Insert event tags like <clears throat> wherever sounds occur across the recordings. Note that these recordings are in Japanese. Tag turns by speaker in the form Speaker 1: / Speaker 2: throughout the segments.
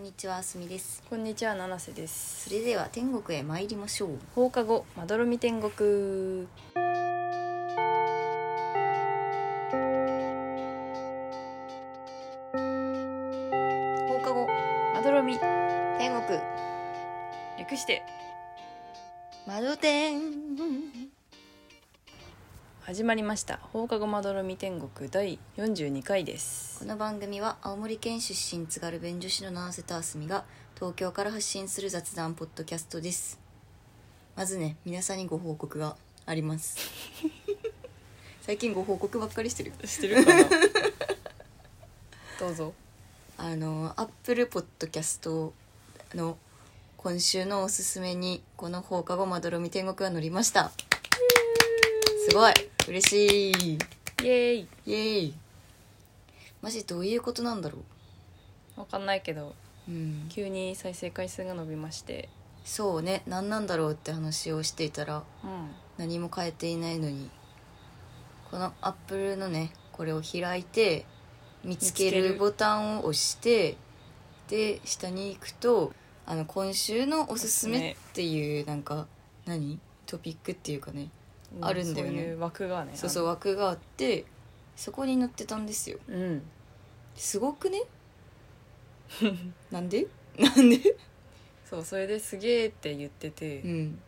Speaker 1: にちは、あすみです。
Speaker 2: こんにちは七瀬です
Speaker 1: それでは天国へ参りましょう。
Speaker 2: 放課後まどろみ天国
Speaker 1: 放課後、
Speaker 2: まどろみ
Speaker 1: 天国、
Speaker 2: 略して
Speaker 1: 窓天。
Speaker 2: 始まりました放課後まどろみ天国第42回で
Speaker 1: こ
Speaker 2: す
Speaker 1: の番組は青森県出身津軽弁女子の七瀬とあすみが東京から発信する雑談ポッドキャストです。まずね、皆さんにご報告があります。最近ご報告ばっかりしてる。
Speaker 2: してるかな <laughs> どうぞ
Speaker 1: あのアップルポッドキャストの今週のおすすめにこの放課後まどろみ天国が乗りましたすごい嬉しい
Speaker 2: イエーイ
Speaker 1: イエーイマジどういうことなんだろ
Speaker 2: わかんないけど
Speaker 1: ううん
Speaker 2: 急に再生回数が伸びまして
Speaker 1: そうね何なんだろうって話をしていたら
Speaker 2: うん
Speaker 1: 何も変えていないのにこのアップルのねこれを開いて見つけ
Speaker 2: 見つけ
Speaker 1: る
Speaker 2: る
Speaker 1: ボタンを押してで下に行くとあの今週のおすすめっていうなんか何トピックっていうかね
Speaker 2: う
Speaker 1: あるんだよね
Speaker 2: そういう枠がね
Speaker 1: そうそう枠があってそこに載ってたんですよ
Speaker 2: ううん
Speaker 1: すご <laughs> くねなんでなんで
Speaker 2: そうそれですげえって言ってて、
Speaker 1: うん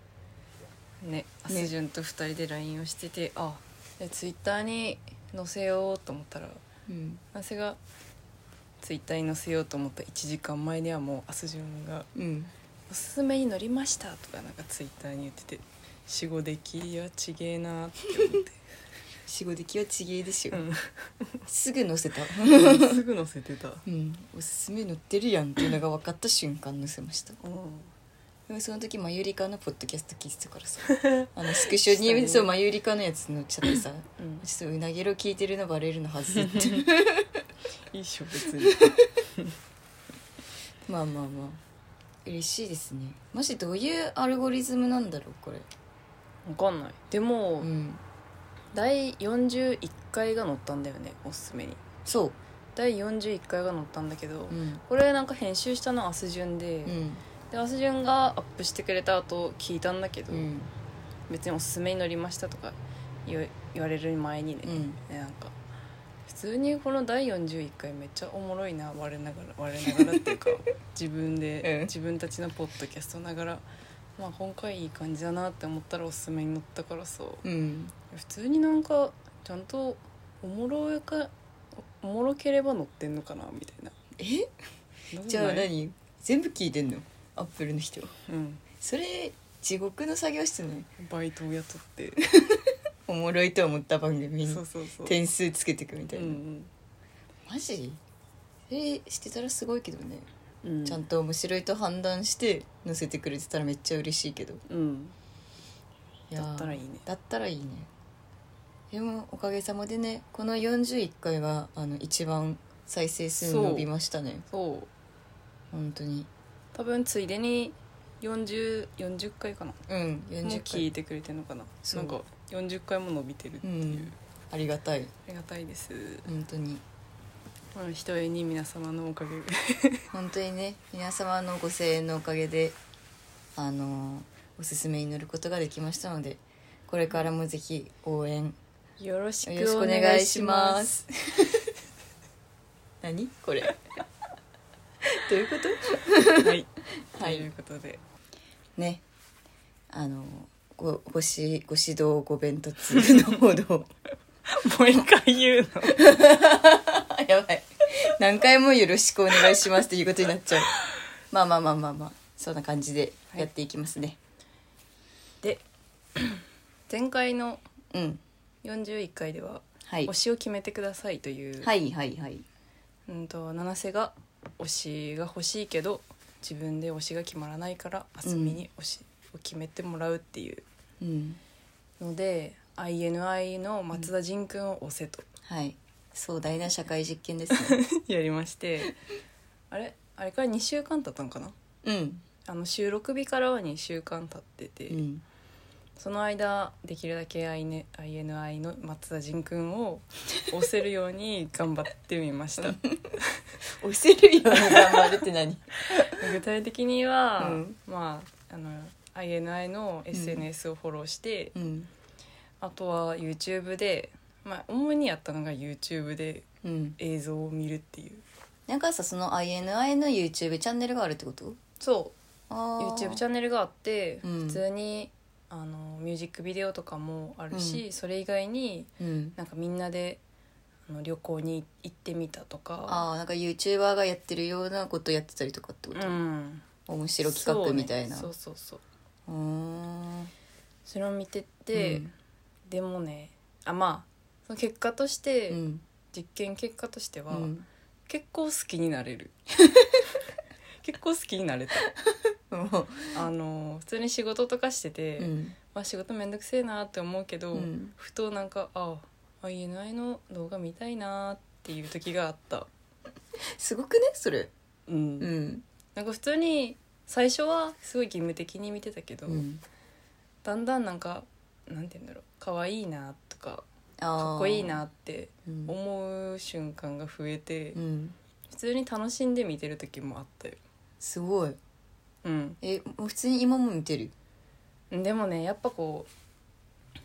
Speaker 2: ねアスジュンと2人で LINE をしてて、あでツイッターに載せようと思ったら
Speaker 1: うん
Speaker 2: 私がツイッターに載せようと思った1時間前にはもうアスジュンが
Speaker 1: うん
Speaker 2: 「おすすめに載りました」とかなんかツイッターに言ってて「死後できはちげえな」って思って、
Speaker 1: 死後出来はちげえです <laughs> よ、
Speaker 2: <laughs> うん
Speaker 1: すぐ載せた
Speaker 2: すぐ載せてた。
Speaker 1: うん、おすすめ載ってるやんっていうのが分かった瞬間載せました
Speaker 2: うん
Speaker 1: でもその時マユリカのポッドキャスト聞いてたから <laughs> さあのスクショに、そうマユリカのやつ載っちゃってさ
Speaker 2: うん、
Speaker 1: ちょっとうなぎろ聞いてるのバレるのはずって <laughs>
Speaker 2: いいっしょ別に
Speaker 1: まあまあまあ嬉しいですねマジどういうアルゴリズムなんだろうこれ
Speaker 2: <laughs> わかんないでも、
Speaker 1: うん
Speaker 2: 第41回が載ったんだよねおすすめに
Speaker 1: そ
Speaker 2: 第41回が載ったんだけど、
Speaker 1: ううん
Speaker 2: これなんか編集したのはアスジュンで、
Speaker 1: うん
Speaker 2: でアスジュンがアップしてくれた後聞いたんだけど、
Speaker 1: うん
Speaker 2: 別におすすめに載りましたとか言わ言われる前にね、
Speaker 1: うん
Speaker 2: ねなんか普通にこの第41回めっちゃおもろいな我ながら我ながらってい
Speaker 1: <laughs>
Speaker 2: うか自分で、
Speaker 1: うん
Speaker 2: 自分たちのポッドキャストながらまあ今回いい感じだなって思ったらおすすめに載ったからさ
Speaker 1: うん
Speaker 2: 普通になんかちゃんとおもろいかおもろければ載ってんのかなみたいな
Speaker 1: え
Speaker 2: そんなこと
Speaker 1: じゃあ
Speaker 2: ない
Speaker 1: 何全部聞いてんのアップルの人
Speaker 2: うん
Speaker 1: それ地獄の作業室ね
Speaker 2: バイトを雇って
Speaker 1: おもろいと思った番組に
Speaker 2: そうそうそう
Speaker 1: 点数つけてくみたい
Speaker 2: うん
Speaker 1: な、マジそれしてたらすごいけどね、
Speaker 2: うんうん
Speaker 1: ちゃんと面白いと判断して載せてくれてたらめっちゃ嬉しいけど
Speaker 2: うん
Speaker 1: いやー
Speaker 2: だったらいいね
Speaker 1: だったらいいねでもおかげさまでねこの41回があの一番再生数伸びましたね
Speaker 2: そう
Speaker 1: 本当に
Speaker 2: 多分ついでに4040回かな
Speaker 1: うん
Speaker 2: もう
Speaker 1: 40
Speaker 2: 聞
Speaker 1: 回
Speaker 2: いてくれてるのかな
Speaker 1: そう
Speaker 2: なんか40回も伸びてるっていう、
Speaker 1: うんありがたい
Speaker 2: ありがたいです
Speaker 1: 本当に
Speaker 2: まあ一重に皆様のおかげで
Speaker 1: 本当にね皆様のご声援のおかげであのーおすすめに乗ることができましたのでこれからもぜひ応援
Speaker 2: よろし
Speaker 1: よろし
Speaker 2: く
Speaker 1: く
Speaker 2: お
Speaker 1: お願
Speaker 2: 願い
Speaker 1: い
Speaker 2: し
Speaker 1: し
Speaker 2: ま
Speaker 1: ますす。 <laughs> 何これ。 <laughs> どういうこ
Speaker 2: はい、
Speaker 1: はい
Speaker 2: ということで
Speaker 1: と？ね、あのごごしご指導ご弁達のほど。
Speaker 2: もう一回言うの
Speaker 1: <laughs> あやばい。何回もよろしくお願いしますということになっちゃう。まあまあまあまあまあそんな感じでやっていきますね。
Speaker 2: で前回の
Speaker 1: うん。
Speaker 2: 41回では
Speaker 1: はい
Speaker 2: 推。しを決めてくださいという、
Speaker 1: はいはいはい。
Speaker 2: うんと七瀬が推しが欲しいけど自分で推しが決まらないから明日美に推しを決めてもらうっていう
Speaker 1: うん。
Speaker 2: ので INI の松田仁君を押せ
Speaker 1: <laughs>
Speaker 2: と
Speaker 1: はい。壮大な社会実験です <laughs> ね。
Speaker 2: やりましてあれあれから2週間経ったのかな
Speaker 1: うん。
Speaker 2: あの収録日からは2週間経ってて、
Speaker 1: うん。
Speaker 2: その間できるだけ IN INI の松田仁君を押せるように頑張ってみました
Speaker 1: 押せるように頑張るって何
Speaker 2: 具体的には、
Speaker 1: うん
Speaker 2: まああの INI の SNS をフォローして、
Speaker 1: うん
Speaker 2: あとは YouTube で、まあ、主にやったのが YouTube で
Speaker 1: うん
Speaker 2: 映像を見るっていう
Speaker 1: なんかさその INI の YouTube チャンネルがあるってこと
Speaker 2: そう
Speaker 1: あ
Speaker 2: YouTube チャンネルがあって、
Speaker 1: うん
Speaker 2: 普通にあのミュージックビデオとかもあるし、
Speaker 1: う
Speaker 2: それ以外に
Speaker 1: ャンネル
Speaker 2: なんかみんなであの旅行に行ってみたとか
Speaker 1: ああなんか YouTuber がやってるようなことやってたりとかってこと、
Speaker 2: うん
Speaker 1: 面白企画みたいな,、
Speaker 2: そうう,、そうそうそう
Speaker 1: うん
Speaker 2: それを見てて、
Speaker 1: うん
Speaker 2: でもねあまあその結果として、
Speaker 1: うん
Speaker 2: 実験結果としては、
Speaker 1: うん
Speaker 2: 結構好きになれ
Speaker 1: <laughs>
Speaker 2: る結構好きになれたあの普通に仕事とかしてて、
Speaker 1: うん
Speaker 2: まあ、仕事めんどくせえなって思うけど、
Speaker 1: うん
Speaker 2: ふとなんかああ INI の動画見たいなっていう時があった、
Speaker 1: すごくねそれ
Speaker 2: うん
Speaker 1: うん、
Speaker 2: なんか普通に最初はすごい義務的に見てたけど、
Speaker 1: うん、
Speaker 2: だんだんなんかなんて言うんだろう可愛いなとか
Speaker 1: か
Speaker 2: かっこいいなって
Speaker 1: うん、
Speaker 2: 思う瞬間が増えて、
Speaker 1: うん、
Speaker 2: 普通に楽しんで見てる時もあったよ、
Speaker 1: すごい
Speaker 2: うん、
Speaker 1: えもう普通に今も見てる
Speaker 2: でもねやっぱこ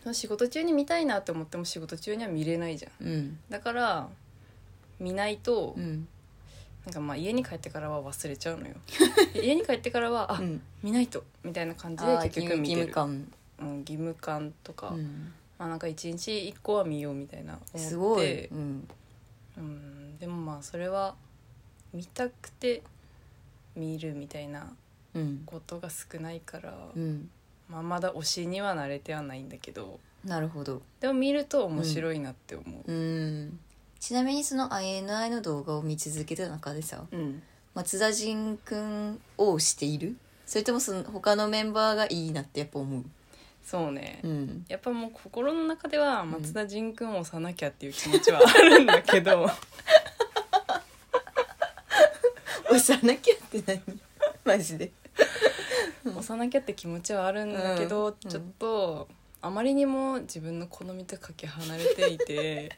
Speaker 2: う仕事中に見たいなって思っても仕事中には見れないじゃん
Speaker 1: うん
Speaker 2: だから見ないと、
Speaker 1: うん
Speaker 2: なんかまあ家に帰ってからは忘れちゃう
Speaker 1: <laughs>
Speaker 2: のよ家に帰ってからはあ、
Speaker 1: うん
Speaker 2: 見ないとみたいな感じで
Speaker 1: あー
Speaker 2: 結局見てる
Speaker 1: 義務義務感、
Speaker 2: うん、義務感とか、
Speaker 1: うん、
Speaker 2: まあなんか一日一個は見ようみたいな思って
Speaker 1: すごい、うん、
Speaker 2: うん、でもまあそれは見たくて見るみたいな
Speaker 1: うん
Speaker 2: ことが少ないから、
Speaker 1: うん、
Speaker 2: まあ、まだ推しには慣れてはないんだけど
Speaker 1: なるほど
Speaker 2: でも見ると面白いなって思う、
Speaker 1: うんちなみにその INI の動画を見続けた中でさ
Speaker 2: うん
Speaker 1: 松田迅くんを推しているそれともその他のメンバーがいいなってやっぱ思う
Speaker 2: そうね、
Speaker 1: うん
Speaker 2: やっぱもう心の中では松田迅君を押さなきゃっていう気持ちはあるんだけど
Speaker 1: 推さなきゃって何マジで
Speaker 2: 押さなきゃって気持ちはあるんだけど、
Speaker 1: うん
Speaker 2: ちょっとあまりにも自分の好みとかけ離れていて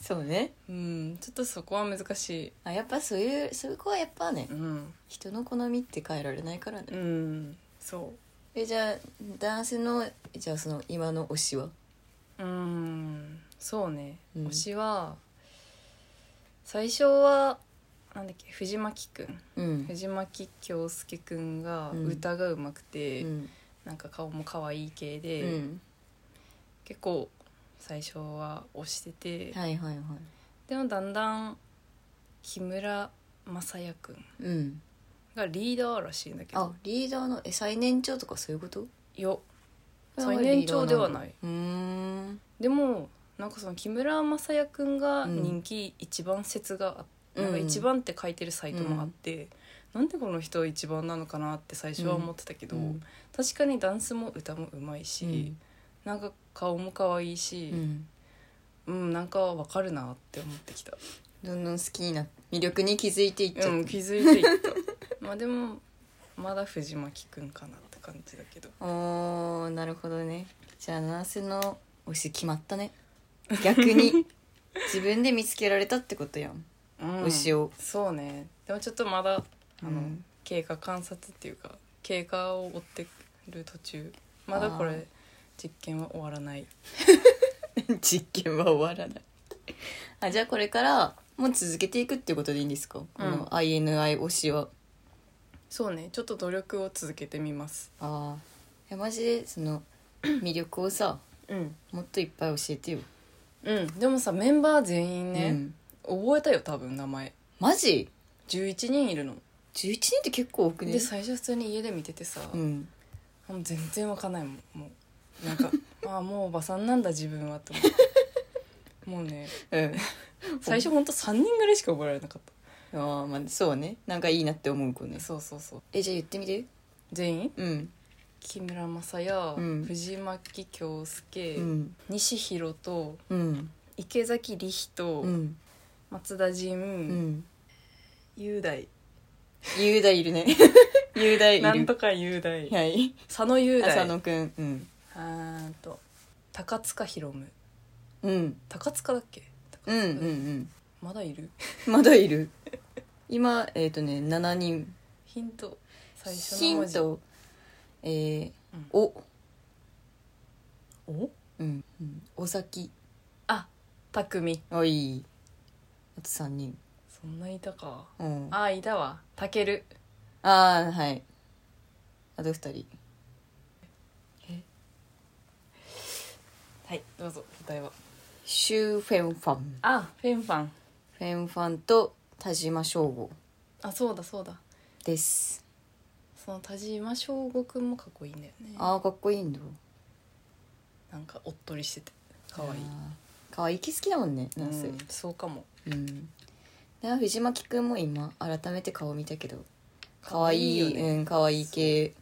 Speaker 1: そうね
Speaker 2: <laughs> うんちょっとそこは難し
Speaker 1: あやっぱそういうそういう子はやっぱね
Speaker 2: いうん、
Speaker 1: 人の好みって変えられないからね、
Speaker 2: うん、そ
Speaker 1: えじゃあ男性のじゃあその今の推しは
Speaker 2: ううんそうね、
Speaker 1: うん
Speaker 2: 推しは最初はなんだっけ藤巻くん
Speaker 1: うん
Speaker 2: 藤巻京介くんが
Speaker 1: うん
Speaker 2: 歌がうま
Speaker 1: う
Speaker 2: くて、
Speaker 1: ん
Speaker 2: なんか顔も可愛い系
Speaker 1: う
Speaker 2: で、
Speaker 1: ん
Speaker 2: 結構最初は推してて、
Speaker 1: はいはいはい
Speaker 2: でもだんだん木村雅也くん
Speaker 1: うん
Speaker 2: がリーダーらしいんだけ
Speaker 1: あ
Speaker 2: ど
Speaker 1: リーダーのえ最年長とかそういうこと
Speaker 2: よ最年長ではないう
Speaker 1: ーん
Speaker 2: でもなんかその木村雅也くんが人気一番説があっ
Speaker 1: うん
Speaker 2: なんか一番って書いてるサイトもあって、なんでこの人一番なのかなって最初は思ってたけど、
Speaker 1: うん
Speaker 2: 確かにダンスも歌もうまいし、
Speaker 1: うん
Speaker 2: なんか顔も可愛いし
Speaker 1: う、ん
Speaker 2: うんなんかわかるなって思ってきた
Speaker 1: どんどん好きにな魅力に気づいていっちゃっ
Speaker 2: うん気づいていったまあでもまだ藤巻くんかなって感じだけど
Speaker 1: た、おーなるほどねじゃあ男性の推し決まったね逆に自分で見つけられたってことやん
Speaker 2: う
Speaker 1: <laughs>
Speaker 2: ん
Speaker 1: 推しを
Speaker 2: そうねでもちょっとまだあの、
Speaker 1: うん
Speaker 2: 経過観察っていうか経過を追ってる途中まだこ
Speaker 1: あ
Speaker 2: れ実験は終わらない
Speaker 1: 実験は終わらないあじゃあこれからもう続けていくっていうことでいいんですか、この INI 推しは
Speaker 2: そうねちょっと努力を続けてみます
Speaker 1: ああえマジでその <clears throat> 魅力をさ
Speaker 2: うん
Speaker 1: もっといっぱい教えてよ、
Speaker 2: うんでもさメンバー全員
Speaker 1: う
Speaker 2: ね、
Speaker 1: ん
Speaker 2: 覚えたよ多分名前
Speaker 1: マジ
Speaker 2: 11人いるの、
Speaker 1: 11人って結構多くね
Speaker 2: で最初普通に家で見ててさ、
Speaker 1: うん
Speaker 2: もう全然わかんないもんもう <laughs> なんかああもうおばさんなんだ自分はと思 <laughs> ってもうね
Speaker 1: うん
Speaker 2: 最初ほんと3人ぐらいしか覚えられなかっ
Speaker 1: ああまあそうねなんかいいなって思う子ね
Speaker 2: たそうそうそう
Speaker 1: えじゃあ言ってみて
Speaker 2: 全員
Speaker 1: うん
Speaker 2: 木村雅也、
Speaker 1: うん
Speaker 2: 藤巻京介、
Speaker 1: うん
Speaker 2: 西広と
Speaker 1: うん
Speaker 2: 池崎理人、
Speaker 1: うん
Speaker 2: 松田陣、
Speaker 1: うん
Speaker 2: 雄大
Speaker 1: 雄大いるね <laughs> 雄大いる
Speaker 2: なんとか雄大
Speaker 1: はい
Speaker 2: 佐野雄大
Speaker 1: 浅野くんうん
Speaker 2: あーんと高塚博夢
Speaker 1: うん
Speaker 2: 高塚だっけ
Speaker 1: うんうんうん
Speaker 2: まだいる
Speaker 1: まだいる今えっ、とね7人
Speaker 2: ヒント最初
Speaker 1: ヒ
Speaker 2: の文
Speaker 1: ン
Speaker 2: 字
Speaker 1: トえー
Speaker 2: うん
Speaker 1: お
Speaker 2: お
Speaker 1: うん、うん、お先
Speaker 2: あ匠
Speaker 1: おいあと3人
Speaker 2: そんないたか
Speaker 1: うんあ
Speaker 2: あいたわたける
Speaker 1: あーはいあと2人
Speaker 2: はいどうぞ答えは
Speaker 1: シューフェンファン
Speaker 2: あフェンファン
Speaker 1: フェンファンと田島省吾
Speaker 2: あそうだそうだ
Speaker 1: です
Speaker 2: その田島翔吾くんもかっこいいんだよね
Speaker 1: ああかっこいいんだ
Speaker 2: なんかおっとりしててかわいい
Speaker 1: あーかわいい気好きだもんね
Speaker 2: う
Speaker 1: なんせ
Speaker 2: んそうかも
Speaker 1: うんで藤巻くんも今改めて顔見たけどかわいい
Speaker 2: よね
Speaker 1: うん、かわいい系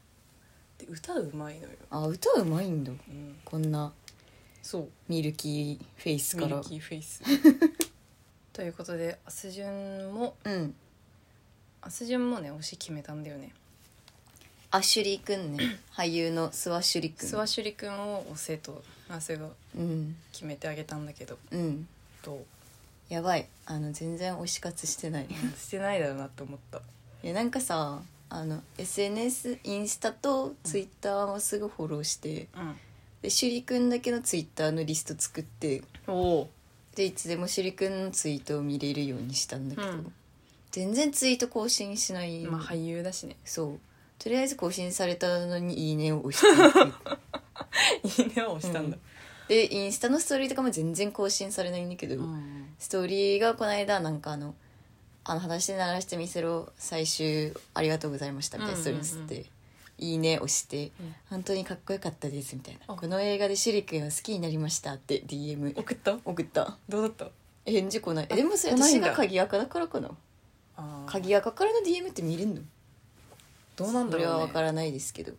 Speaker 2: で歌うまいのよ
Speaker 1: あ歌うまいんだ
Speaker 2: うん
Speaker 1: こんな
Speaker 2: そう
Speaker 1: ミルキーフェイス
Speaker 2: ミ
Speaker 1: か
Speaker 2: ル
Speaker 1: ら
Speaker 2: キーフェイ <laughs> スということで明日順も
Speaker 1: うん
Speaker 2: 明日順もね推し決めたんだよね
Speaker 1: アシュリーくんね <clears throat> 俳優の諏訪シュリくん
Speaker 2: 諏訪朱里くんを推せとナセが
Speaker 1: うん
Speaker 2: 決めてあげたんだけど
Speaker 1: うん
Speaker 2: どう
Speaker 1: やばいあの全然推し活してない
Speaker 2: <laughs>
Speaker 1: <laughs>
Speaker 2: してないだろうなって思った
Speaker 1: いやなんかさあの SNS インスタとツイッターはすぐフォローして
Speaker 2: うん
Speaker 1: でシュリくんだけのツイッターのリスト作って
Speaker 2: おお
Speaker 1: でいつでもシュリくんのツイートを見れるようにしたんだけど、
Speaker 2: うん
Speaker 1: 全然ツイート更新しない、
Speaker 2: まあ俳優だしね
Speaker 1: そうとりあえず更新されたのに「いいね」を押してる
Speaker 2: <laughs> いいねを押したんだ、 <laughs>
Speaker 1: でインスタのストーリーとかも全然更新されないんだけど、ストーリーがこの間なんかあの「あの話して鳴らしてみせろ最終ありがとうございました」みたいなストーリーにすって「
Speaker 2: うん
Speaker 1: いいね」押して、
Speaker 2: うん
Speaker 1: 本当にかっこよかったです」みたいな「
Speaker 2: あ
Speaker 1: この映画でシュリ君を好きになりました」って DM
Speaker 2: 送った
Speaker 1: 送った
Speaker 2: どうだった
Speaker 1: 返事来ないえでもそれ
Speaker 2: 来ない
Speaker 1: 私
Speaker 2: んだ
Speaker 1: が鍵垢だからかな
Speaker 2: あー
Speaker 1: 鍵垢からの DM って見れんの
Speaker 2: どうなんだろう、ね、
Speaker 1: それは分からないですけど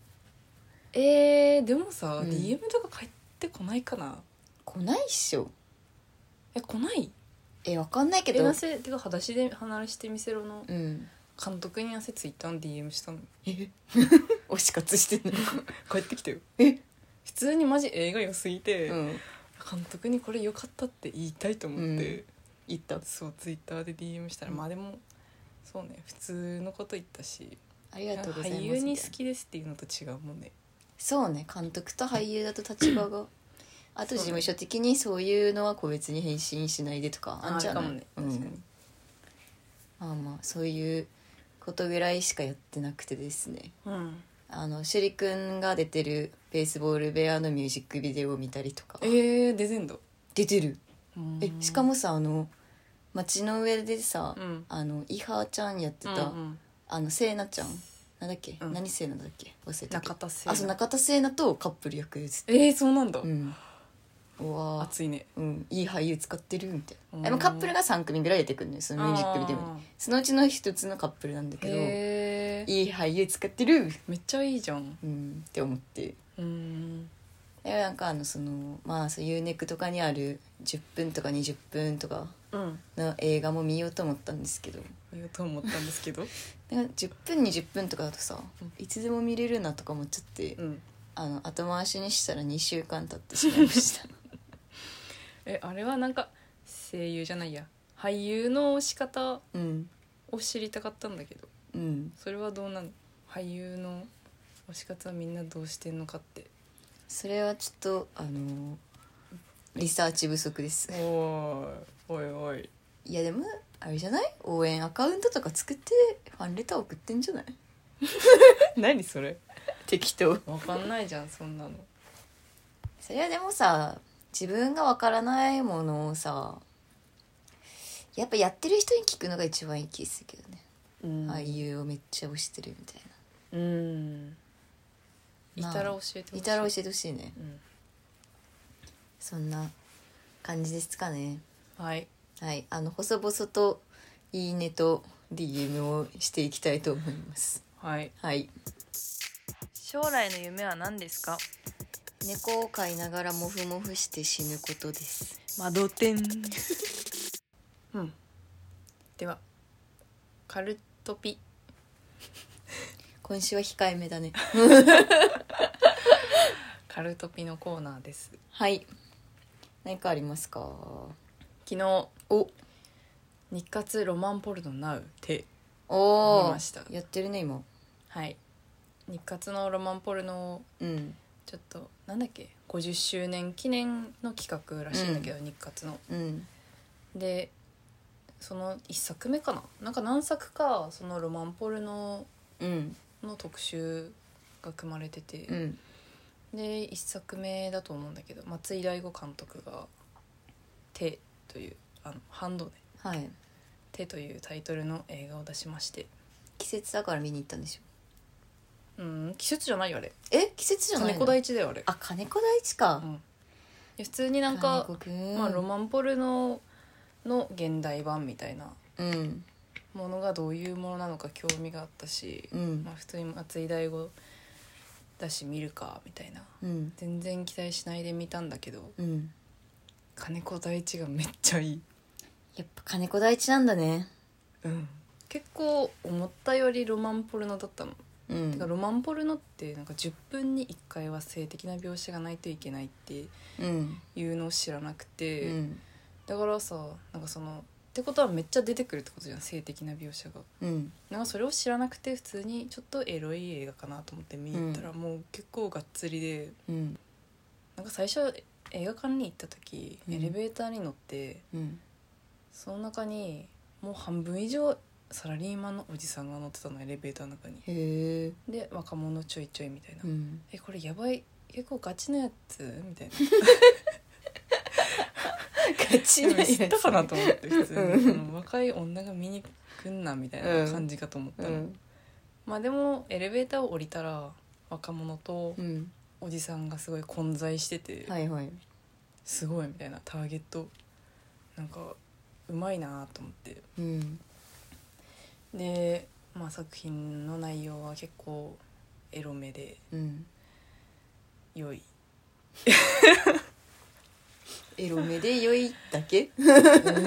Speaker 2: えー、でもさ、
Speaker 1: うん
Speaker 2: DM とか返ってこないかな
Speaker 1: 来ないっしょ
Speaker 2: え来ない
Speaker 1: え分かんないけ
Speaker 2: え
Speaker 1: ど
Speaker 2: なせてか裸足で話してみせろの
Speaker 1: うん
Speaker 2: 監督になせツイッターの DM したの
Speaker 1: え推し活してんの
Speaker 2: 帰ってきたよ
Speaker 1: え
Speaker 2: 普通にマジ映画良すぎて、
Speaker 1: <laughs> うん
Speaker 2: 監督にこれ良かったって言いたいと思って、
Speaker 1: う言った
Speaker 2: そうツイッターで DM したら、
Speaker 1: うん
Speaker 2: まあでもそうね普通のこと言ったし
Speaker 1: ありがとうございます
Speaker 2: 俳優に
Speaker 1: み
Speaker 2: 好
Speaker 1: たいな
Speaker 2: きですっていうのと違うもんね
Speaker 1: そうね監督と俳優だと立場 <laughs> があと事務所的にそういうのは個別に返信しないでとかあんじゃ
Speaker 2: るか
Speaker 1: ない
Speaker 2: もね
Speaker 1: う
Speaker 2: 確かに、
Speaker 1: ん、まあまあそういうことぐらいしかやってなくてですね
Speaker 2: うん、
Speaker 1: あの趣里くんが出てるベースボールベアのミュージックビデオを見たりとか
Speaker 2: えー、デゼンド
Speaker 1: 出てるえ
Speaker 2: うん
Speaker 1: しかもさあの街の上でさ、
Speaker 2: うん
Speaker 1: あのイハーちゃんやってた、
Speaker 2: うんうん
Speaker 1: あのせいなちゃんなんだっけ、
Speaker 2: うん
Speaker 1: 何せいなだっけ忘れたけど
Speaker 2: 中田聖
Speaker 1: あそう中田せいなとカップル役でつって
Speaker 2: えー、そうなんだ、
Speaker 1: うんうわー
Speaker 2: 熱いね
Speaker 1: うん、いい俳優使ってるみたい
Speaker 2: うん
Speaker 1: なでもカップルが3組ぐらい出てくるのよそのミュージックビデオに
Speaker 2: あー
Speaker 1: そのうちの一つのカップルなんだけど
Speaker 2: へえ
Speaker 1: いい俳優使ってる、
Speaker 2: めっちゃいいじゃん
Speaker 1: うん、って思って
Speaker 2: うん
Speaker 1: でなんかあのそのまあそう UNEC とかにある10分とか20分とか
Speaker 2: うん
Speaker 1: の映画も見ようと思ったんですけど
Speaker 2: ありがとう思ったんですけど <laughs>
Speaker 1: なんか10分20分とかだとさ
Speaker 2: うん
Speaker 1: いつでも見れるなとか思っちゃって、
Speaker 2: うん
Speaker 1: あの後回しにしたら2週間経ってしまいま
Speaker 2: <laughs>
Speaker 1: した
Speaker 2: えあれはなんか声優じゃないや俳優の仕方
Speaker 1: うん
Speaker 2: を知りたかったんだけど
Speaker 1: うん
Speaker 2: それはどうなの俳優の推し活はみんなどうしてんのかって
Speaker 1: それはちょっとあのリサーチ不足です
Speaker 2: おいおいおい
Speaker 1: いやでもあれじゃない応援アカウントとか作ってファンレター送ってんじゃない
Speaker 2: <laughs> 何それ
Speaker 1: 適当
Speaker 2: わかんないじゃんそんなの
Speaker 1: それはでもさ自分がわからないものをさやっぱやってる人に聞くのが一番いい気するけどね、
Speaker 2: うん
Speaker 1: 俳優をめっちゃ推してるみたい
Speaker 2: うんい
Speaker 1: まあ
Speaker 2: たら教えて
Speaker 1: な
Speaker 2: ほしい
Speaker 1: いたら教えてほしいね
Speaker 2: うん
Speaker 1: そんな感じですかね
Speaker 2: はい
Speaker 1: はいあの細々と「いいね」と DM をしていきたいと思います
Speaker 2: はい
Speaker 1: はい
Speaker 2: 将来の夢は何ですか
Speaker 1: 猫を飼いながらモフモフして死ぬことです
Speaker 2: 窓店うんではカルトピ
Speaker 1: 今週は控えめだね
Speaker 2: カルトピのコーナーです
Speaker 1: はい。何かありますか。
Speaker 2: 昨日
Speaker 1: お、
Speaker 2: 日活ロマンポルノナウ手
Speaker 1: お
Speaker 2: 見
Speaker 1: お
Speaker 2: ました
Speaker 1: やってるね今
Speaker 2: はい日活のロマンポルノを
Speaker 1: うん
Speaker 2: ちょっとなんだっけ50周年記念の企画らしいんだけど、日活の
Speaker 1: うん
Speaker 2: でその1作目かななんか何作かそのロマンポルノ
Speaker 1: うん
Speaker 2: の特集が組まれてて、
Speaker 1: うん
Speaker 2: で1作目だと思うんだけど松井大吾監督が「手」というあのハンドね
Speaker 1: はい
Speaker 2: 「手」というタイトルの映画を出しまして
Speaker 1: 季節だから見に行ったんでしょ
Speaker 2: うん季節じゃないよあれ
Speaker 1: え季節じゃないの
Speaker 2: 金子大地だよあれ
Speaker 1: あ金子大地か、
Speaker 2: うんいや普通になんか、
Speaker 1: 金子くん
Speaker 2: まあ、ロマンポルノの現代版みたいな
Speaker 1: うん
Speaker 2: ものがどういうものなのか興味があったし、
Speaker 1: うん
Speaker 2: まあ、普通に松井大吾だし見るかみたいな
Speaker 1: うん
Speaker 2: 全然期待しないで見たんだけど
Speaker 1: うん
Speaker 2: 金子大地がめっちゃいい、
Speaker 1: やっぱ金子大地なんだね
Speaker 2: うん、結構思ったよりロマンポルノだったの、
Speaker 1: う
Speaker 2: てか
Speaker 1: ん
Speaker 2: ロマンポルノってなんか10分に1回は性的な描写がないといけないって
Speaker 1: うん
Speaker 2: いうのを知らなく
Speaker 1: う
Speaker 2: て、
Speaker 1: ん
Speaker 2: だからさなんかそのってことはめっちゃ出てくるってことじゃん性的な描写が
Speaker 1: うん
Speaker 2: なんかそれを知らなくて普通にちょっとエロい映画かなと思って見に行ったらもう結構がっつりで、
Speaker 1: うん
Speaker 2: なんか最初映画館に行った時、
Speaker 1: うん
Speaker 2: エレベーターに乗って
Speaker 1: うん
Speaker 2: その中にもう半分以上サラリーマンのおじさんが乗ってたのエレベーターの中に
Speaker 1: へえ
Speaker 2: で若者ちょいちょいみたいな、
Speaker 1: うん
Speaker 2: えこれやばい結構ガチなやつみたいな
Speaker 1: ガチ
Speaker 2: でも知ったかなと思って普通に、
Speaker 1: うん
Speaker 2: その若い女が見に来んなみたいな感じかと思った
Speaker 1: う
Speaker 2: の、
Speaker 1: ん
Speaker 2: まあでもエレベーターを降りたら若者と
Speaker 1: うん
Speaker 2: おじさんがすごい混在してて、
Speaker 1: はいはい
Speaker 2: すごいみたいなターゲットなんかうまいなと思って
Speaker 1: うん
Speaker 2: で、まあ、作品の内容は結構エロめで
Speaker 1: うん <laughs>
Speaker 2: 良い
Speaker 1: エロ目で良いだけ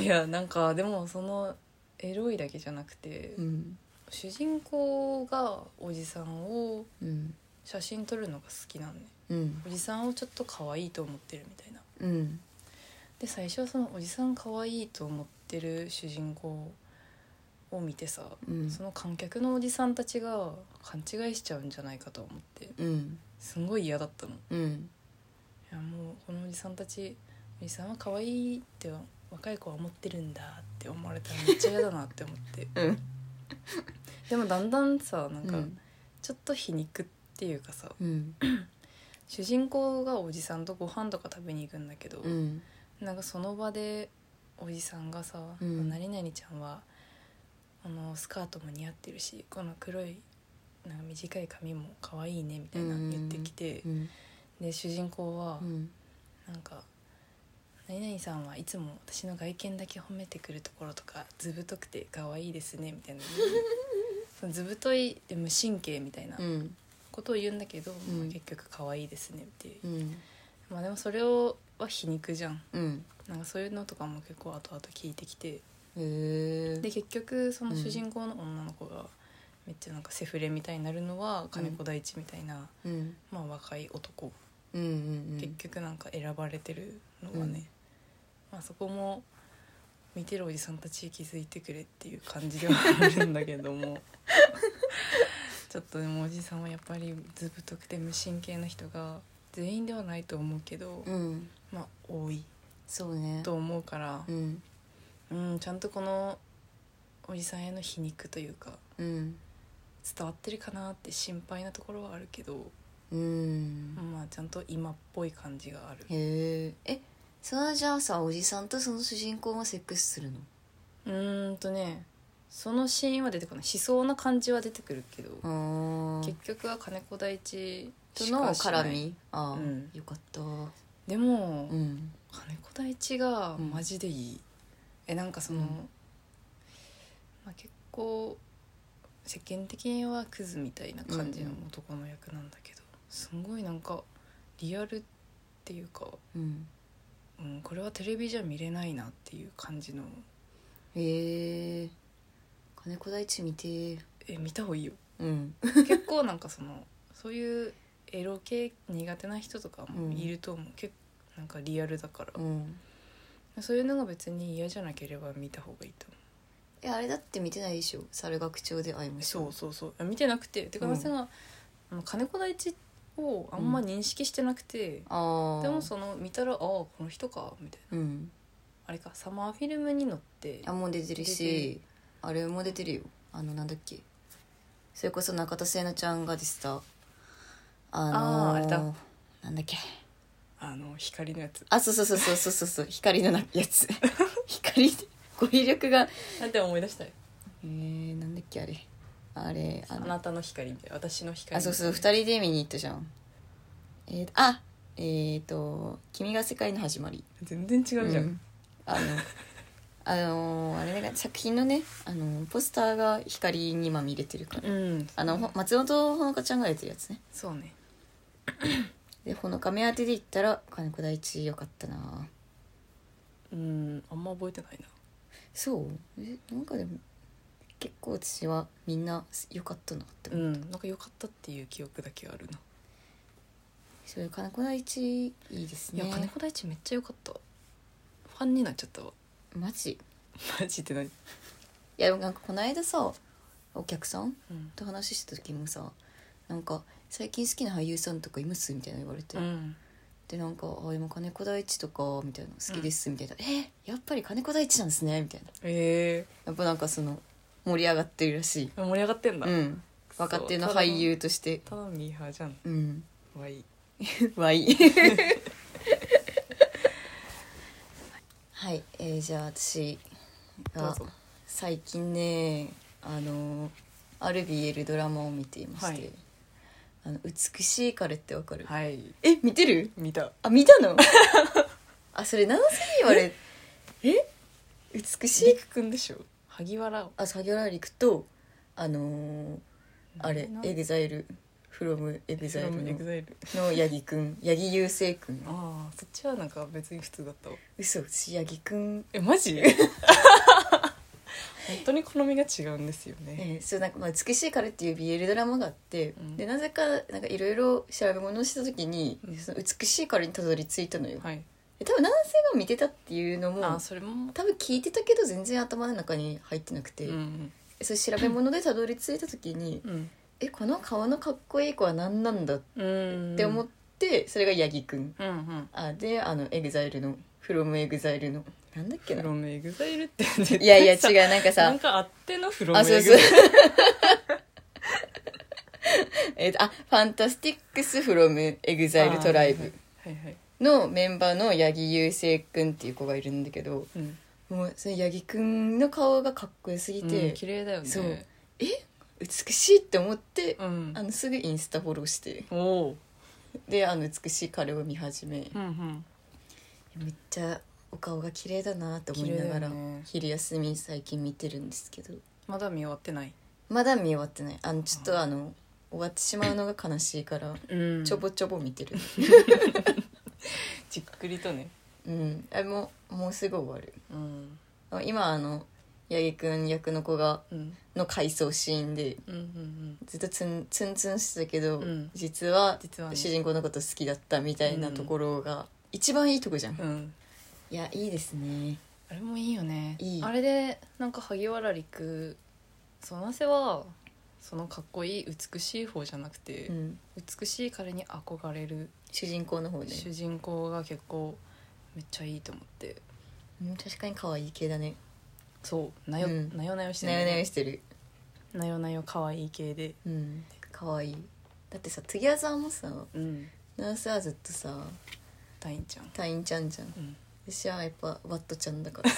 Speaker 2: いやなんかでもそのエロいだけじゃなくて、
Speaker 1: うん
Speaker 2: 主人公がおじさんを
Speaker 1: うん
Speaker 2: 写真撮るのが好きなのね
Speaker 1: うん
Speaker 2: おじさんをちょっと可愛いと思ってるみたいな
Speaker 1: うん
Speaker 2: で最初はそのおじさん可愛いと思ってる主人公を見てさ、
Speaker 1: うん
Speaker 2: その観客のおじさんたちが勘違いしちゃうんじゃないかと思って
Speaker 1: うん
Speaker 2: すんごい嫌だったのい
Speaker 1: うん
Speaker 2: やもうこのおじさんたちおじさんは可愛いって若い子は思ってるんだって思われたらめっちゃ嫌だなって思って
Speaker 1: うん
Speaker 2: <laughs> でもだんだんさなん
Speaker 1: う
Speaker 2: か
Speaker 1: ん
Speaker 2: ちょっと皮肉っていうかさ
Speaker 1: うん
Speaker 2: 主人公がおじさんとご飯とか食べに行くんだけど、
Speaker 1: うん
Speaker 2: なんかその場でおじさんがさ「
Speaker 1: うん
Speaker 2: 何々ちゃんはあのスカートも似合ってるしこの黒いなんか短い髪も可愛いね」みたいな
Speaker 1: うん
Speaker 2: 言ってきて、
Speaker 1: うん
Speaker 2: で主人公は
Speaker 1: うん
Speaker 2: なんか「何々さんはいつも私の外見だけ褒めてくるところとか図太くて可愛いですね」
Speaker 1: <laughs>
Speaker 2: みたいなその図太いで無神経みたいな
Speaker 1: うん
Speaker 2: ことを言うんだけど、
Speaker 1: ん
Speaker 2: まあ結局可愛いですねっていう、
Speaker 1: うん
Speaker 2: まあでもそれをは皮肉じゃん
Speaker 1: うん
Speaker 2: なんかそういうのとかも結構後々聞いてきて。
Speaker 1: へ
Speaker 2: で
Speaker 1: え
Speaker 2: 結局その主人公の女の子がめっちゃなんかセフレみたいになるのは金子大地みたいな、
Speaker 1: うん
Speaker 2: まあ、若い男、
Speaker 1: うんうん
Speaker 2: 結局なんか選ばれてるのがね、
Speaker 1: うん
Speaker 2: まあ、そこも見てるおじさんたち気づいてくれっていう感じではあるんだけど
Speaker 1: <laughs>
Speaker 2: もちょっとでもおじさんはやっぱり図太くて無神経な人が全員ではないと思うけど、
Speaker 1: うん
Speaker 2: まあ多い
Speaker 1: そうね
Speaker 2: と思うから
Speaker 1: う、ん
Speaker 2: うん、ちゃんとこのおじさんへの皮肉というか
Speaker 1: うん
Speaker 2: 伝わってるかなって心配なところはあるけど、
Speaker 1: うん
Speaker 2: まあちゃんと今っぽい感じがある
Speaker 1: へええそのじゃあさおじさんとその主人公もセックスするの
Speaker 2: うーんとねそのシーンは出てこないしそうな感じは出てくるけど、
Speaker 1: ああ
Speaker 2: 結局は金子大地
Speaker 1: と
Speaker 2: し
Speaker 1: の
Speaker 2: かしない
Speaker 1: 絡みああ、
Speaker 2: うん
Speaker 1: よかった
Speaker 2: でも、
Speaker 1: うん
Speaker 2: 金子大地が
Speaker 1: うん
Speaker 2: マジでいい、えなんかその、
Speaker 1: うん
Speaker 2: まあ、結構世間的にはクズみたいな感じの男の役なんだけど、すんごいなんかリアルっていうか
Speaker 1: うん
Speaker 2: うん、これはテレビじゃ見れないなっていう感じの
Speaker 1: へえ金子大地見てー
Speaker 2: え見た方がいいよ
Speaker 1: うん
Speaker 2: 結構なんかそのそういうエロ系苦手な人とか
Speaker 1: う
Speaker 2: も
Speaker 1: ん
Speaker 2: いると思う、結構なんかリアルだから
Speaker 1: う、ん
Speaker 2: そういうのが別に嫌じゃなければ見た方がいいと思
Speaker 1: えあれだって見てないでしょ猿楽町で会いまし
Speaker 2: そ
Speaker 1: ょ
Speaker 2: うそうそう見てなくててか
Speaker 1: うん
Speaker 2: 私が、あの金子大一をあんま認識してなくて、
Speaker 1: ああ
Speaker 2: でもその見たらああこの人かみたいな
Speaker 1: うん
Speaker 2: あれかサマーフィルムに乗って
Speaker 1: あもう出てるしあれも出てるよあのなんだっけそれこそ中田聖奈ちゃんがでしたあの
Speaker 2: あーあれだ
Speaker 1: なんだっけ
Speaker 2: あの光のやつ
Speaker 1: あそうそうそうそうそうそうそう光のなや <laughs> つ光語彙力が
Speaker 2: なんて思い出したよ
Speaker 1: えー、なんだっけあれあれ
Speaker 2: あ
Speaker 1: あの
Speaker 2: なたの光みたいな私の光
Speaker 1: あそうそう
Speaker 2: み
Speaker 1: 二
Speaker 2: たい
Speaker 1: 人で見に行ったじゃんえー、あえー、と「君が世界の始まり」
Speaker 2: な全然違うじゃん、
Speaker 1: うんあのあのーあれが作品のね、あのーポスターが光にまみれてるから
Speaker 2: うん
Speaker 1: あのほ松本ほのかちゃんが出てるやつね
Speaker 2: そうね
Speaker 1: でほのか目当てで行ったら金子大地よかったな
Speaker 2: うんあんま覚えてないな
Speaker 1: そうえなんかでも結構私はみんなよかったなって思
Speaker 2: う
Speaker 1: う、
Speaker 2: んなんか良かったっていう記憶だけあるな、
Speaker 1: そういう金子大地いいです
Speaker 2: い
Speaker 1: ね
Speaker 2: や金子大地めっちゃ良かったファンになっちゃったわ <laughs>
Speaker 1: マジい
Speaker 2: マジで何、
Speaker 1: やでもなんかこの間さお客さん
Speaker 2: うん
Speaker 1: と話した時もさなんか最近好きな俳優さんとかいますみたいな言われて、
Speaker 2: うん、
Speaker 1: でなんか「あ今金子大地とか」みたいな「好きです」みたいな「えやっぱり金子大地なんですね」みたいな
Speaker 2: え
Speaker 1: やっぱなんかその盛り上がってるらしい、
Speaker 2: ー、盛り上がってんだ、
Speaker 1: うん、若手の俳優として
Speaker 2: ただのミーハーじゃん
Speaker 1: うん
Speaker 2: わいい
Speaker 1: わいはい、えーじゃあ私
Speaker 2: どう
Speaker 1: が
Speaker 2: ぞ
Speaker 1: 最近ねあのある BL ドラマを見ていまして「
Speaker 2: はい
Speaker 1: あの美しい彼」ってわかる、
Speaker 2: はい
Speaker 1: え見てる
Speaker 2: 見た
Speaker 1: あ見た
Speaker 2: <laughs>
Speaker 1: のあそれ何歳言われえ美しい
Speaker 2: 陸くんでしょ萩原
Speaker 1: あ作業ラリクとあのーあれ
Speaker 2: な
Speaker 1: エグザイルフロムエグザイル
Speaker 2: エ
Speaker 1: の
Speaker 2: グザイル
Speaker 1: の八木くん八木雄星くん
Speaker 2: ああそっちはなんか別に普通だったわ
Speaker 1: 嘘私八木くん
Speaker 2: えマジ <laughs> 本当に好みが違うんですよね、
Speaker 1: えーそうなんか、まあ、美しい彼っていう BL ドラマがあって、
Speaker 2: うん
Speaker 1: でなぜかなんかいろいろ調べ物をした時に、
Speaker 2: うん
Speaker 1: その美しい彼にたどり着いたのよ、
Speaker 2: はい
Speaker 1: え多分男性が見てたっていうのも
Speaker 2: ああそれも
Speaker 1: 多分聞いてたけど全然頭の中に入ってなくて、
Speaker 2: うん
Speaker 1: それ調べ物でたどり着いた時に
Speaker 2: うん
Speaker 1: えこの顔のかっこいい子は何なんだっ
Speaker 2: うん
Speaker 1: て思って、それが八木くん
Speaker 2: うんうん
Speaker 1: あであのエグザイルの「フロムエグザイルのなんだっけ
Speaker 2: フ
Speaker 1: な
Speaker 2: ロムエグザイルって絶対さ
Speaker 1: いやいや違うなんか
Speaker 2: <laughs> な
Speaker 1: さ
Speaker 2: んかあってのフロムエ
Speaker 1: あ
Speaker 2: グザ
Speaker 1: そうそう
Speaker 2: イル
Speaker 1: <laughs> えっとあファンタスティックス・フロム・エグザイル・トライブ
Speaker 2: はいはい、
Speaker 1: のメンバーの八木雄星くんっていう子がいるんだけど
Speaker 2: うん、
Speaker 1: もうその八木くんの顔がかっこよすぎて、
Speaker 2: うん綺麗だよね
Speaker 1: そう美しいって思って、
Speaker 2: うん
Speaker 1: あのすぐインスタフォローして
Speaker 2: おお
Speaker 1: であの美しい彼を見始め、
Speaker 2: うんうん
Speaker 1: めっちゃお顔が綺麗だなと思いながら、
Speaker 2: 綺麗だよね
Speaker 1: 昼休み最近見てるんですけど
Speaker 2: まだ見終わってない
Speaker 1: まだ見終わってないあのちょっとあの終わってしまうのが悲しいから
Speaker 2: うん
Speaker 1: ちょぼちょぼ見てる
Speaker 2: じっくりとね
Speaker 1: うんあれももうすぐ終わる
Speaker 2: うん
Speaker 1: あ今あの八木くん役の子が
Speaker 2: うん
Speaker 1: の回想シーンで
Speaker 2: うんうんうん
Speaker 1: ずっとツンツンツンしてたけど、
Speaker 2: うん
Speaker 1: 実は
Speaker 2: 実はね
Speaker 1: 主人公のこと好きだったみたいなところが一番いいとこじゃん、い
Speaker 2: うん
Speaker 1: やいいですね
Speaker 2: あれもいいよね
Speaker 1: いい
Speaker 2: あれでなんか萩原陸そのせはそのかっこいい美しい方じゃなくて、
Speaker 1: うん
Speaker 2: 美しい彼に憧れる
Speaker 1: 主人公の方ね
Speaker 2: 主人公が結構めっちゃいいと思って
Speaker 1: うん確かに可愛い系だね
Speaker 2: そうなよ、
Speaker 1: うん
Speaker 2: なよなよして
Speaker 1: なよなよ
Speaker 2: し
Speaker 1: してる
Speaker 2: なよなよ可愛い系で
Speaker 1: うん可愛いだってさトゥギャザーもさ
Speaker 2: うん
Speaker 1: ナースはずっとさ
Speaker 2: タインちゃん
Speaker 1: 隊員ちゃんじゃん
Speaker 2: うん
Speaker 1: 私はやっぱワットちゃんだから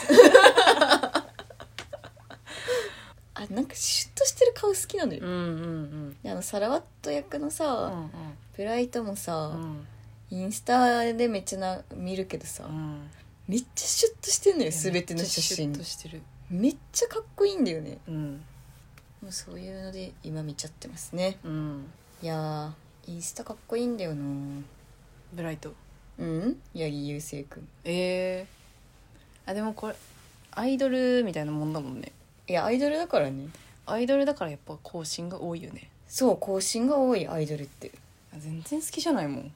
Speaker 2: <laughs>
Speaker 1: あなんかシュッとしてる顔好きなのよ、
Speaker 2: うんうん
Speaker 1: であのサラワット役の
Speaker 2: うんう
Speaker 1: さ、
Speaker 2: ん
Speaker 1: ブライトもさ
Speaker 2: う、ん
Speaker 1: インスタでめっちゃな見るけどさ、
Speaker 2: うん
Speaker 1: めっちゃシュッとしてんのよ
Speaker 2: す
Speaker 1: 全ての写真
Speaker 2: としてる
Speaker 1: めっちゃかっこいいんだよね
Speaker 2: うん
Speaker 1: もうそういうので今見ちゃってますね
Speaker 2: うん
Speaker 1: いやーインスタかっこいいんだよな
Speaker 2: ブライト
Speaker 1: うん八木雄星君
Speaker 2: えー、あでもこれアイドルみたいなもんだもんね
Speaker 1: いやアイドルだからね
Speaker 2: アイドルだからやっぱ更新が多いよね
Speaker 1: そう更新が多いアイドルって
Speaker 2: あ全然好きじゃないも <laughs> ん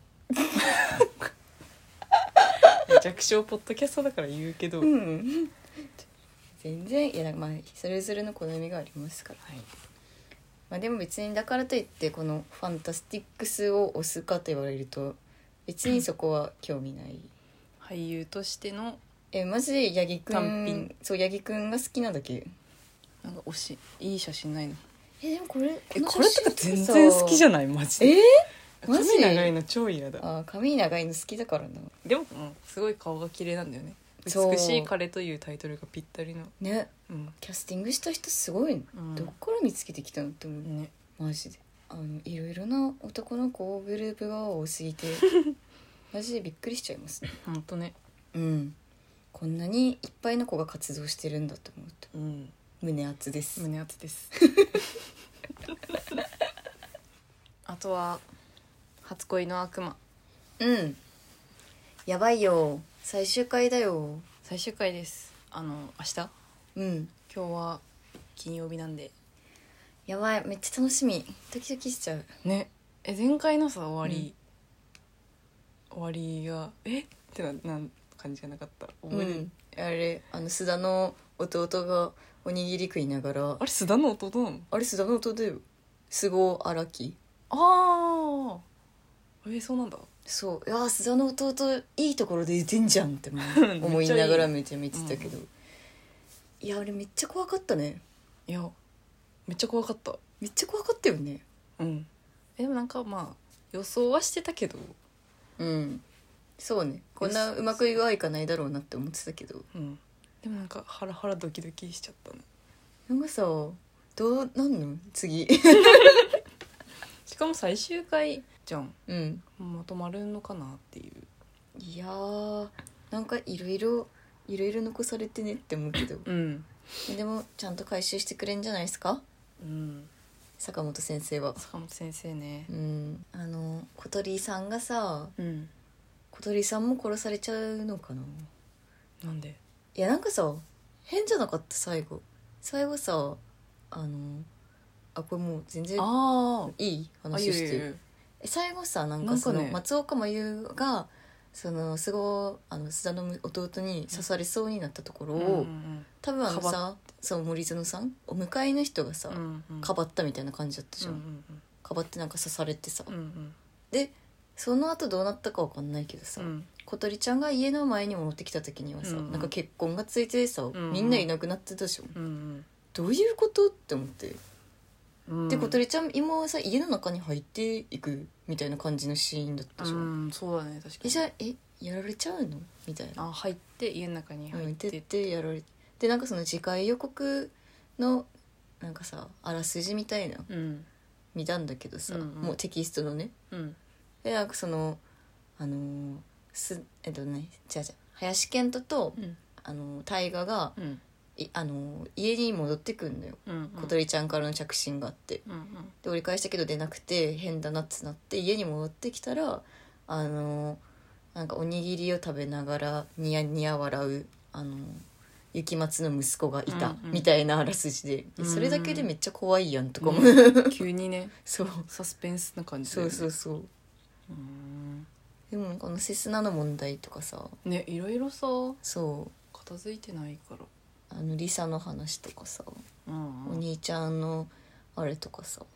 Speaker 2: 弱小ポッドキャストだから言うけど
Speaker 1: うん全然いやまあそれぞれの好みがありますから、
Speaker 2: はい
Speaker 1: まあ、でも別にだからといってこの「ファンタスティックス」を推すかと言われると別にそこは興味ない
Speaker 2: 俳優としての
Speaker 1: えマジで八木く
Speaker 2: 単
Speaker 1: ん
Speaker 2: 品
Speaker 1: そう八木くんが好きなだけ
Speaker 2: なんか推しいい写真ないの
Speaker 1: えでもこれ
Speaker 2: えこれとか全然好きじ
Speaker 1: ゃ
Speaker 2: ゃないマジで
Speaker 1: えマジ
Speaker 2: 髪長いの超嫌だ
Speaker 1: あー髪長いの好きだからな
Speaker 2: でも、うん、すごい顔が綺麗なんだよね
Speaker 1: そう
Speaker 2: 美しい彼というタイトルがぴったりの
Speaker 1: ね
Speaker 2: うん、
Speaker 1: キャスティングした人すごいね、
Speaker 2: うん
Speaker 1: どっから見つけてきたのって思う
Speaker 2: ね
Speaker 1: マジであのいろいろな男の子グループが多す <laughs> ぎてマジでびっくりしちゃいますね
Speaker 2: ほんとね
Speaker 1: うんこんなにいっぱいの子が活動してるんだと思うと
Speaker 2: うん
Speaker 1: 胸熱です、
Speaker 2: 胸熱です <laughs> あとは「初恋の悪魔
Speaker 1: うんやばいよ最終回だよ」
Speaker 2: 最終回ですあの明日今
Speaker 1: うん
Speaker 2: 日は金曜日なんで
Speaker 1: やばいめっちゃ楽しみドキドキしちゃう
Speaker 2: ねえ前回のさ終わり、終わりが「えっ?」てななん感じじゃなかった覚えてる
Speaker 1: うんあれあの須田の弟がおにぎり食いながら
Speaker 2: あれ須田の弟なの
Speaker 1: あれ須田の弟だよ菅生荒木
Speaker 2: ああえー、そう <laughs> なんだ
Speaker 1: そういやー須田の弟いいところで出てんじゃんって思
Speaker 2: めっちゃいうい
Speaker 1: 思いながらめっちゃ見てたけど、いやあれめっちゃ怖かったね
Speaker 2: いやめっちゃ怖かった
Speaker 1: めっちゃ怖かったよね
Speaker 2: うんえでもなんかまあ予想はしてたけど
Speaker 1: うんそうねこんなうまくいはいかないだろうなって思ってたけど
Speaker 2: うんでもなんかハラハラドキドキしちゃったね
Speaker 1: なんかさどうなんの <laughs> 次
Speaker 2: しかも最終回じゃん
Speaker 1: うん
Speaker 2: まとまるのかなっていう
Speaker 1: いやーなんかいろいろいろいろ残されてねって思う <laughs> けど
Speaker 2: うん
Speaker 1: でもちゃんと回収してくれんじゃないですか
Speaker 2: うん
Speaker 1: 坂本先生は
Speaker 2: 坂本先生ね
Speaker 1: うんあの小鳥さんがさ
Speaker 2: うん
Speaker 1: 小鳥さんも殺されちゃうのかな
Speaker 2: なんで
Speaker 1: いやなんかさ変じゃなかった最後最後さあのあこれもう全然
Speaker 2: あ
Speaker 1: いい
Speaker 2: ああ
Speaker 1: 話して
Speaker 2: いやいやい
Speaker 1: る
Speaker 2: や
Speaker 1: え最後さなん
Speaker 2: な
Speaker 1: か
Speaker 2: んか
Speaker 1: そ
Speaker 2: ね
Speaker 1: の松岡真優がそのすごいあの須田の弟に刺されそうになったところ
Speaker 2: うん
Speaker 1: を、
Speaker 2: うん
Speaker 1: 多分あの
Speaker 2: か
Speaker 1: さそう森園さんお迎えの人がさ、
Speaker 2: うんうん
Speaker 1: かばったみたいな感じだったじゃん、
Speaker 2: うん
Speaker 1: かばってなんか刺されてさ、
Speaker 2: うんうん
Speaker 1: でその後どうなったかわかんないけどさ、
Speaker 2: うんうん
Speaker 1: 小鳥ちゃんが家の前に戻ってきた時にはさ、
Speaker 2: うんうん
Speaker 1: なんか血痕がついてさ、
Speaker 2: んうん
Speaker 1: みんないなくなってたでしょ
Speaker 2: うん
Speaker 1: どういうことって思って、
Speaker 2: うん
Speaker 1: で小鳥ちゃん今はさ家の中に入っていくみたいな感じのシーンだったじゃん、
Speaker 2: うんそうだね確か
Speaker 1: え
Speaker 2: に
Speaker 1: じゃあえやられちゃうのみたいな
Speaker 2: あ入って家の中に入
Speaker 1: 入っ
Speaker 2: っ
Speaker 1: てて
Speaker 2: って
Speaker 1: ってやられでなんかその次回予告のなんかさあらすじみたいな
Speaker 2: うん
Speaker 1: 見たんだけどさ、
Speaker 2: うんうん
Speaker 1: もうテキストのね
Speaker 2: うん
Speaker 1: でなんかそのあのーすえっとね違う違う林健人と
Speaker 2: うん
Speaker 1: あのー大河が
Speaker 2: うん
Speaker 1: いあのー家に戻ってくんのよ、
Speaker 2: うん
Speaker 1: 小鳥ちゃんからの着信があって
Speaker 2: うん
Speaker 1: で折り返したけど出なくて変だなってなって家に戻ってきたらあのーなんかおにぎりを食べながらニヤニヤ笑うあのー雪松の息子がいた
Speaker 2: うんうん
Speaker 1: みたいなあらすじで、
Speaker 2: うん
Speaker 1: それだけでめっちゃ怖いやんとかも、
Speaker 2: うん急にね
Speaker 1: <laughs> そう
Speaker 2: サスペンスな感じだ
Speaker 1: そ
Speaker 2: よ
Speaker 1: う
Speaker 2: ね
Speaker 1: そうそう
Speaker 2: うん
Speaker 1: でもこのセスナの問題とかさ
Speaker 2: ねいろいろさ
Speaker 1: そう
Speaker 2: 片付いてないから
Speaker 1: あのリサの話とかさ、
Speaker 2: うん
Speaker 1: お兄ちゃんのあれとかさ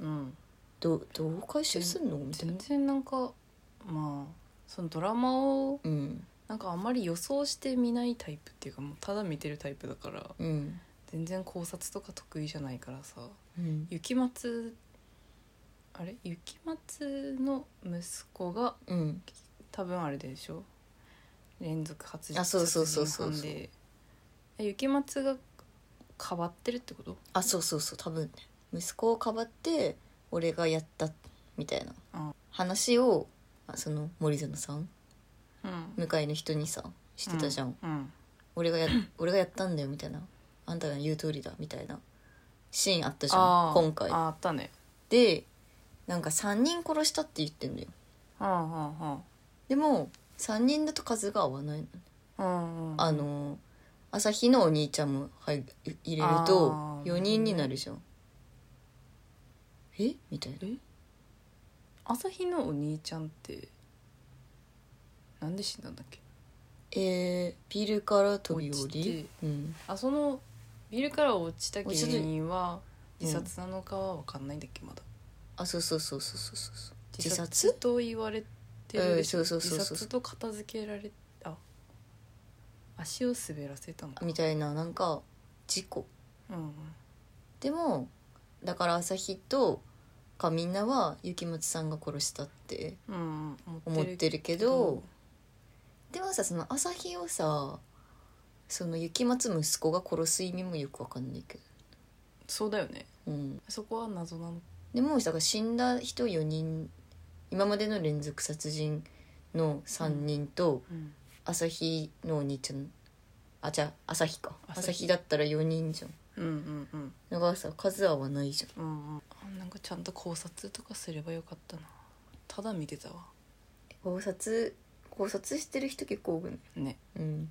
Speaker 2: うん
Speaker 1: どうどう回収すんのみたいな
Speaker 2: 全然なんかまあそのドラマを
Speaker 1: うん
Speaker 2: なんかあんまり予想して見ないタイプっていうかもうただ見てるタイプだから
Speaker 1: うん
Speaker 2: 全然考察とか得意じゃないからさ
Speaker 1: うん
Speaker 2: 雪松あれ雪松の息子が
Speaker 1: うん
Speaker 2: 多分あれでしょ連続発
Speaker 1: あそうそうそう
Speaker 2: 殺
Speaker 1: そうそう
Speaker 2: 人犯でえ雪松が変わってるってこと
Speaker 1: あそうそうそう多分ね息子をかばって俺がやったみたいな
Speaker 2: あ
Speaker 1: 話をあその森園さん
Speaker 2: うん
Speaker 1: 向かいの人にさしてたじゃん、
Speaker 2: うん
Speaker 1: 俺が
Speaker 2: <laughs>
Speaker 1: や俺がやったんだよみたいなあんたが言う通りだみたいなシーンあったじゃ
Speaker 2: あ
Speaker 1: ん
Speaker 2: ー
Speaker 1: 今回
Speaker 2: あーあったね
Speaker 1: でなんか3人殺したって言ってんだよ
Speaker 2: はあはあは
Speaker 1: でも3人だと数が合わないの
Speaker 2: あうんうん
Speaker 1: あの朝日のお兄ちゃんも入入れると
Speaker 2: あー
Speaker 1: 4人になるじゃん、えみたいな
Speaker 2: 朝日のお兄ちゃんってなんで死んだんだっけ
Speaker 1: えー、ビルから飛び降
Speaker 2: 落ち
Speaker 1: り
Speaker 2: て、
Speaker 1: うん、
Speaker 2: あそのビルから落ちた原
Speaker 1: 落ちた
Speaker 2: 因は
Speaker 1: うん
Speaker 2: 自殺なのかは分かんないんだっけまだ
Speaker 1: あそうそうそうそうそうそうそう自殺
Speaker 2: と言われて
Speaker 1: う
Speaker 2: る
Speaker 1: ん
Speaker 2: でしょ
Speaker 1: そうそうそうそう
Speaker 2: 自殺と片付けられあ足を滑らせたのか
Speaker 1: みたいななんか事故
Speaker 2: うん
Speaker 1: でもだから朝日とかみんなは雪松さんが殺したって
Speaker 2: うん
Speaker 1: 思ってるけどでもさその朝日をさその雪松息子が殺す意味もよくわかんないけ
Speaker 2: そうだよね
Speaker 1: ど、うん、
Speaker 2: そこは謎なの
Speaker 1: でもだから死んだ人4人今までの連続殺人の3人と、
Speaker 2: うん
Speaker 1: 朝日のお兄ちゃんあじゃあ朝日か
Speaker 2: 朝日
Speaker 1: 朝日だったら4人じゃん
Speaker 2: うんうんうん
Speaker 1: だからさ数合わないじゃん
Speaker 2: うんうんあなんかちゃんと考察とかすればよかったなただ見てたわ
Speaker 1: 考察考察してる人結構多くない
Speaker 2: ね
Speaker 1: うん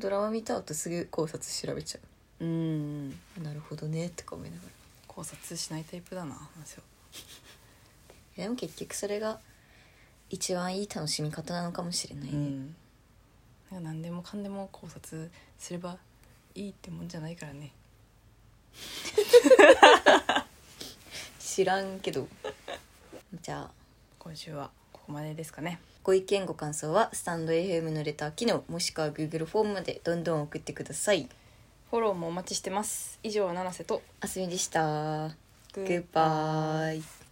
Speaker 1: ドラマ見た後すぐ考察調べちゃ
Speaker 2: うん
Speaker 1: うなるほどねとか思いながら
Speaker 2: 考察しないタイプだな話を
Speaker 1: いやでも結局それが一番いい楽しみ方なのかもしれないね、
Speaker 2: うん、なんか何でもかんでも考察すればいいってもんじゃないからね
Speaker 1: 知らんけど <laughs> じゃあ
Speaker 2: 今週はここまでですかね
Speaker 1: ご意見ご感想はスタンド FM のレター機能もしくは Google フォームまでどんどん送ってください
Speaker 2: フォローもお待ちしてます以上七瀬と
Speaker 1: あすみでした
Speaker 2: グ
Speaker 1: グッバイ